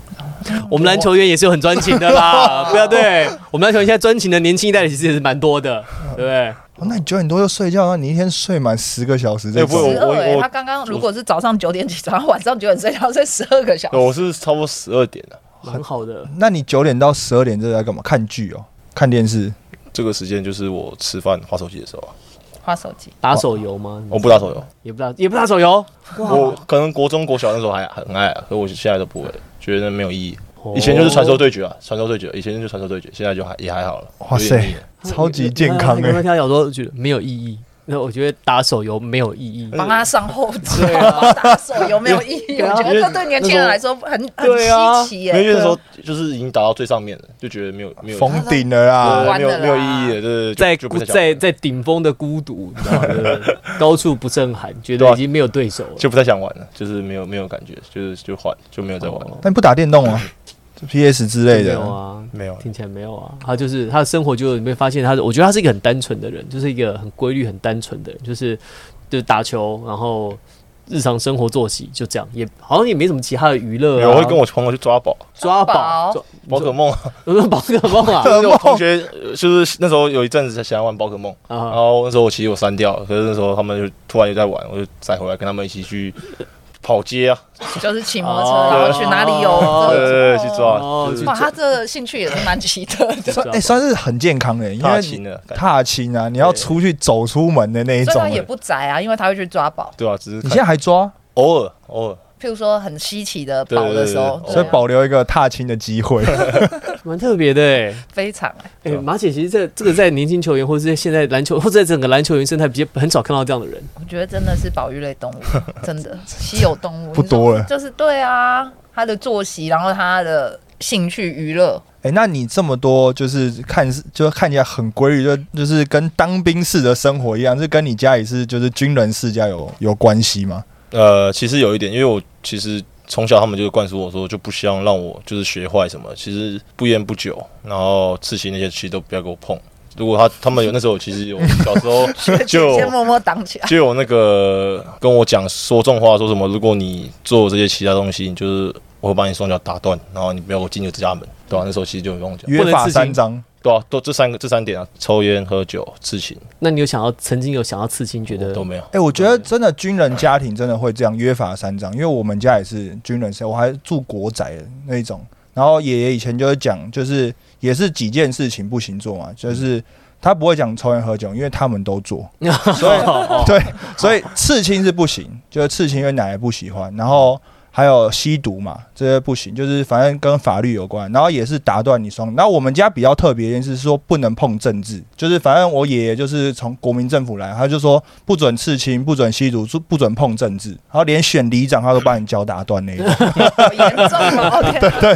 Speaker 4: 我们篮球员也是有很专情的啦，不要对我们篮球员现在专情的年轻一代其实也是蛮多的，对不对？
Speaker 3: 哦那你九点多就睡觉，那你一天睡满十个小时这
Speaker 1: 哎不
Speaker 3: 种
Speaker 1: 会
Speaker 2: 十二
Speaker 1: 我
Speaker 2: 哎，
Speaker 1: 我
Speaker 2: 他刚刚如果是早上九点起床，晚上九点睡觉，睡十二个小 [laughs]
Speaker 1: 对，我
Speaker 2: 时。
Speaker 1: 是差不多十二点啊了，
Speaker 4: 很好的，
Speaker 3: 那你九点到十二点这在干嘛？看剧哦，看电视。
Speaker 1: 这个时间就是我吃饭、划手机的时候啊。
Speaker 2: 花手机，
Speaker 4: 打手游吗？
Speaker 1: 我不打手游，
Speaker 4: 也不打，也不打手游。
Speaker 1: 我可能国中、国小那时候还很爱啊，可我现在都不会，觉得没有意义。
Speaker 3: 哦
Speaker 1: 以前就是传说对决啊，传说对决，以前就是传说对决，现在就还也还好了。
Speaker 3: 哇
Speaker 1: 有点
Speaker 3: 塞
Speaker 1: 腻了，
Speaker 3: 超级健康
Speaker 4: 哎！
Speaker 3: 哎
Speaker 4: 刚刚听他讲说，觉得没有意义。那我觉得打手游没有意义。
Speaker 2: 帮他上后置，
Speaker 1: 啊
Speaker 2: 帮他打手有没有意
Speaker 1: [laughs]
Speaker 2: 义？我觉得这对年轻人来说很
Speaker 4: 对啊
Speaker 2: 很稀奇
Speaker 1: 没有因为
Speaker 2: 耶。
Speaker 1: 那时候就是已经打到最上面了，就觉得没有没有
Speaker 3: 封顶了
Speaker 1: 对啊
Speaker 3: 啦！
Speaker 2: 完
Speaker 1: 没有
Speaker 2: 了啦
Speaker 1: 没有意义了，对对，
Speaker 4: 在
Speaker 1: 就就
Speaker 4: 孤
Speaker 1: 不再想
Speaker 4: 在在顶峰的孤独，你知道吗？对不对高处不胜寒，觉
Speaker 1: 对啊
Speaker 4: 得已经没有对手了。
Speaker 1: 就不太想玩了，就是没有没有感觉，就是就换就没有再玩了，
Speaker 3: 但你不打电动啊，PS 之类
Speaker 4: 没有
Speaker 3: 的，
Speaker 4: 啊，
Speaker 1: 没有了
Speaker 4: 听起来没有啊，他就是他的生活就你会发现他是，我觉得他是一个很单纯的人，就是一个很规律、很单纯的人，就是就是打球，然后日常生活作息就这样，也好像也没什么其他的娱乐、
Speaker 1: 没
Speaker 4: 啊。
Speaker 1: 有我会跟我朋友去抓宝，
Speaker 4: 抓
Speaker 2: 宝
Speaker 4: 宝，抓
Speaker 1: 宝可梦啊，
Speaker 4: 我说宝可梦 [laughs] 啊
Speaker 1: [laughs] 因为我同学呃就是那时候有一阵子想要玩宝可梦，然
Speaker 4: 啊，
Speaker 1: 后那时候我其实我删掉了，可是那时候他们就突然又在玩，我就再回来跟他们一起去跑街啊，
Speaker 2: 就是骑摩托车，然后去哪里有
Speaker 4: 哦
Speaker 2: 这
Speaker 1: 对
Speaker 2: 个
Speaker 1: 对对，去抓
Speaker 4: 哦
Speaker 1: 就是
Speaker 2: 哇，他这个兴趣也是蛮
Speaker 1: [laughs]
Speaker 2: 奇特的，
Speaker 4: 抓
Speaker 2: 所
Speaker 3: 哎、算是很健康欸的，因
Speaker 1: 踏
Speaker 3: 为
Speaker 1: 青的感觉，
Speaker 3: 踏青啊，你要出去走出门的那一
Speaker 2: 以
Speaker 3: 种
Speaker 2: 他。
Speaker 3: 欸
Speaker 2: 也不宅啊，因为他会去抓宝，
Speaker 1: 对啊，只是
Speaker 3: 你
Speaker 1: 看
Speaker 3: 现在还抓，
Speaker 1: 偶尔偶尔，
Speaker 2: 譬如说很稀奇的宝的时候，
Speaker 4: 哦
Speaker 1: 对对对对
Speaker 3: 所以
Speaker 2: 对啊
Speaker 3: 保留一个踏青的
Speaker 4: [laughs]
Speaker 3: 机会。
Speaker 4: 蛮特别的哎、
Speaker 2: 非常
Speaker 4: 哎、
Speaker 1: 对啊
Speaker 4: 马姐，其实在这个在年轻球员，或者在现在篮球，或者在整个篮球员生态，比较很少看到这样的人。
Speaker 2: 我觉得真的是保育类动
Speaker 3: [laughs]
Speaker 2: 物，真的稀有动物
Speaker 3: 不多了
Speaker 2: 你说就是对啊，它的作息，然后它的兴趣娱乐，
Speaker 3: 哎、那你这么多就是看似就是看起来很规律，就就是跟当兵式的生活一样，是跟你家也是就是军人世家有有关系吗？
Speaker 1: 呃，其实有一点，因为我其实从小他们就灌输我说，就不希望让我就是学坏什么，其实不烟不酒，然后刺青那些其实都不要给我碰。如果他他们有那时候其实有小时候就
Speaker 2: 先默默挡起来。
Speaker 1: 就有那个跟我讲说重话，说什么如果你做这些其他东西，你就是我会把你双脚打断，然后你不要给我进你的家门，对吧、啊那时候其实就有跟我讲，
Speaker 3: 约
Speaker 4: 能
Speaker 3: 法
Speaker 4: 刺
Speaker 3: 三
Speaker 4: 青
Speaker 3: 章，
Speaker 1: 对啊，都这三个这三点啊，抽烟、喝酒、刺青，
Speaker 4: 那你有想要曾经有想要刺青，觉得
Speaker 1: 都没有。
Speaker 3: 哎、我觉得真的军人家庭真的会这样约法三章，因为我们家也是军人世家，我还住国宅的那一种。然后爷爷以前就是讲，就是也是几件事情不行做嘛，
Speaker 4: 嗯
Speaker 3: 就是他不会讲抽烟喝酒，因为他们都做，所以对，所以刺青是不行，就是刺青因为奶奶不喜欢，然后还有吸毒嘛，这些不行，就是反正跟法律有关，然后也是打断你双。然后我们家比较特别一件事是说不能碰政治，就是反正我爷爷就是从国民政府来，他就说不准刺青，不准吸毒，不不准碰政治，然后连选里长他都把你脚打断那
Speaker 4: [laughs]
Speaker 3: 一种。
Speaker 2: 好严重
Speaker 3: [laughs]
Speaker 2: 哦！对，
Speaker 3: 对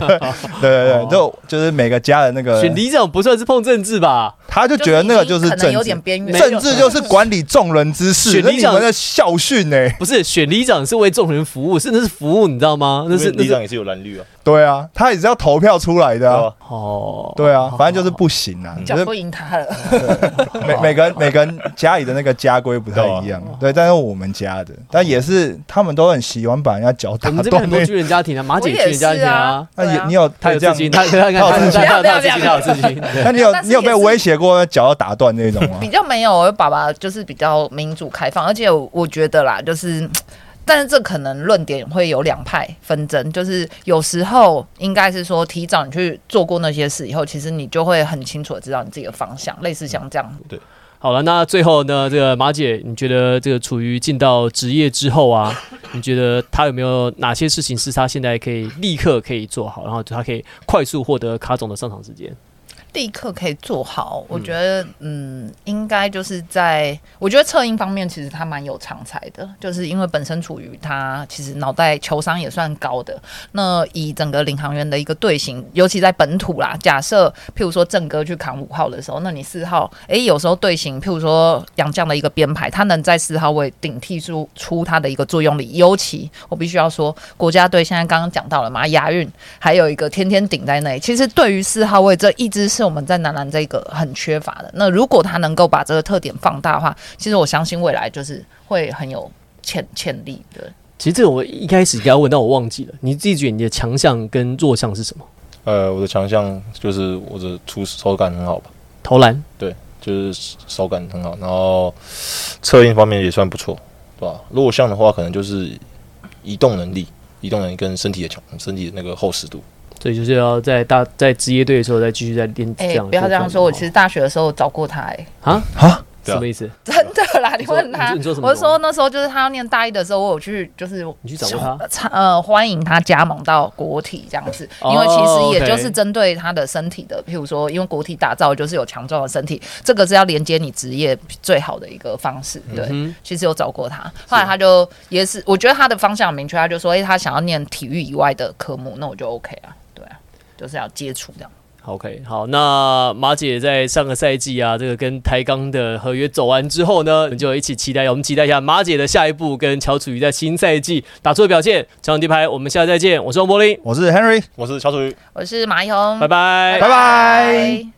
Speaker 3: 对
Speaker 4: 哦
Speaker 3: 对，就就是每个家的那
Speaker 4: [laughs]
Speaker 3: 个，
Speaker 4: 选里长不算是碰政治吧？
Speaker 3: 他就觉得那个就是
Speaker 2: 可能
Speaker 3: 政
Speaker 2: 有
Speaker 3: 治
Speaker 2: 点。边缘，
Speaker 3: 政治就是管理众人之事，
Speaker 4: 嗯选
Speaker 3: 那
Speaker 4: 里
Speaker 3: 你
Speaker 4: 长
Speaker 3: 们的校训欸呢、
Speaker 4: 不是，选里长是为众人服务，是那是服务，你知道吗？那
Speaker 1: 那
Speaker 4: 是
Speaker 1: 是
Speaker 4: 那
Speaker 1: 里
Speaker 4: 是
Speaker 1: 长也是有蓝绿啊，
Speaker 3: 对啊，他也是要投票出来
Speaker 1: 对
Speaker 3: 的、啊。
Speaker 1: 吧？
Speaker 4: 哦，
Speaker 3: 对啊，反正就是不行啊，就
Speaker 2: 讲
Speaker 3: 是
Speaker 2: 不赢他了。
Speaker 3: 每每个人每个人家里的那个家规不太一
Speaker 4: 哦
Speaker 3: 样，对，但是我们家的，但也是他们都很喜欢把人家脚打
Speaker 4: 我们这边
Speaker 3: 断
Speaker 4: 很
Speaker 3: 那
Speaker 4: 多。军人家庭啊，马姐
Speaker 2: 我也
Speaker 4: 军人家
Speaker 2: 是
Speaker 4: 庭
Speaker 2: 啊
Speaker 4: 啊，，
Speaker 3: [laughs] 那
Speaker 2: 对
Speaker 3: 也
Speaker 2: 啊
Speaker 3: 你有
Speaker 4: 他
Speaker 3: 他
Speaker 4: 有
Speaker 3: 这
Speaker 4: 刺青，
Speaker 3: 样，
Speaker 4: 他他
Speaker 3: 他有
Speaker 4: 他
Speaker 3: 刺
Speaker 2: 青
Speaker 4: 他他有
Speaker 2: 不
Speaker 4: 刺
Speaker 2: 要不
Speaker 4: 青，他
Speaker 2: 要
Speaker 4: 有刺青，对
Speaker 3: 那你
Speaker 2: [laughs]
Speaker 3: 有
Speaker 2: 但是也是
Speaker 3: 你有被威胁过脚要打断那种吗
Speaker 2: [laughs] 比？较没有，我爸爸就是比较民主开放，而且我我觉得啦，就是。但是这可能论点会有两派纷争，就是有时候应该是说提早你去做过那些事以后，其实你就会很清楚的知道你自己的方向，类似像这样。
Speaker 4: 好了，那最后呢，这个马姐，你觉得这个处于进到职业之后啊，你觉得她有没有哪些事情是她现在可以立刻可以做好，然后她可以快速获得卡总的上场时间？
Speaker 2: 立刻可以做好，我觉得，嗯，应该就是在我觉得测音方面，其实他蛮有长才的，就是因为本身处于他其实脑袋球商也算高的。那以整个领航员的一个队形，尤其在本土啦，假设譬如说正哥去扛五号的时候，那你四号，诶、有时候队形，譬如说杨绛的一个编排，他能在四号位顶替出出他的一个作用力。尤其我必须要说，国家队现在刚刚讲到了嘛，亚运还有一个天天顶在那里。其实对于四号位这一支是我们在男篮这个很缺乏的。那如果他能够把这个特点放大的话，其实我相信未来就是会很有潜潜力的。
Speaker 4: 其实这个我一开始应该问，但我忘记了。你自己觉得你的强项跟弱项是什么？
Speaker 1: 呃，我的强项就是我的出手感很好吧，
Speaker 4: 投篮，
Speaker 1: 就是手感很好，然后策应方面也算不错，对吧？弱项的话，可能就是移动能力、移动能力跟身体的强、身体的那个厚实度。
Speaker 4: 所以就是要在大在职业队的时候再继续再练这
Speaker 2: 哎、
Speaker 4: 样的部分。
Speaker 2: 不要这样说，我其实
Speaker 4: 哦
Speaker 2: 大学的时候找过他、哎，
Speaker 4: 啊
Speaker 3: 啊
Speaker 1: 对啊
Speaker 4: 什么意思？
Speaker 2: 真的啦，你
Speaker 4: 说
Speaker 2: 问他，
Speaker 4: 你你说什么
Speaker 2: 我是说那时候就是他要念大一的时候，我有去就是
Speaker 4: 你去找过他
Speaker 2: 参呃欢迎他加盟到国体这样子，
Speaker 4: 哦
Speaker 2: 因为其实也就是
Speaker 4: OK
Speaker 2: 针对他的身体的，譬如说因为国体打造就是有强壮的身体，这个是要连接你职业最好的一个方式，对。
Speaker 4: 嗯
Speaker 2: 其实有找过他，后来他就也是，我觉得他的方向很明确，他就说，哎、他想要念体育以外的科目，那我就 OK 啊，对啊，就是要接触这样。
Speaker 4: 好，OK，好，那马姐在上个赛季啊，这个跟台钢的合约走完之后呢，我们就一起期待，我们期待一下马姐的下一步跟乔楚瑜在新赛季打出的表现。长地牌，我们下次再见，我是王柏林，
Speaker 3: 我是 Henry。
Speaker 1: 我是乔楚瑜。
Speaker 2: 我是马一红，
Speaker 4: 拜拜
Speaker 3: 拜拜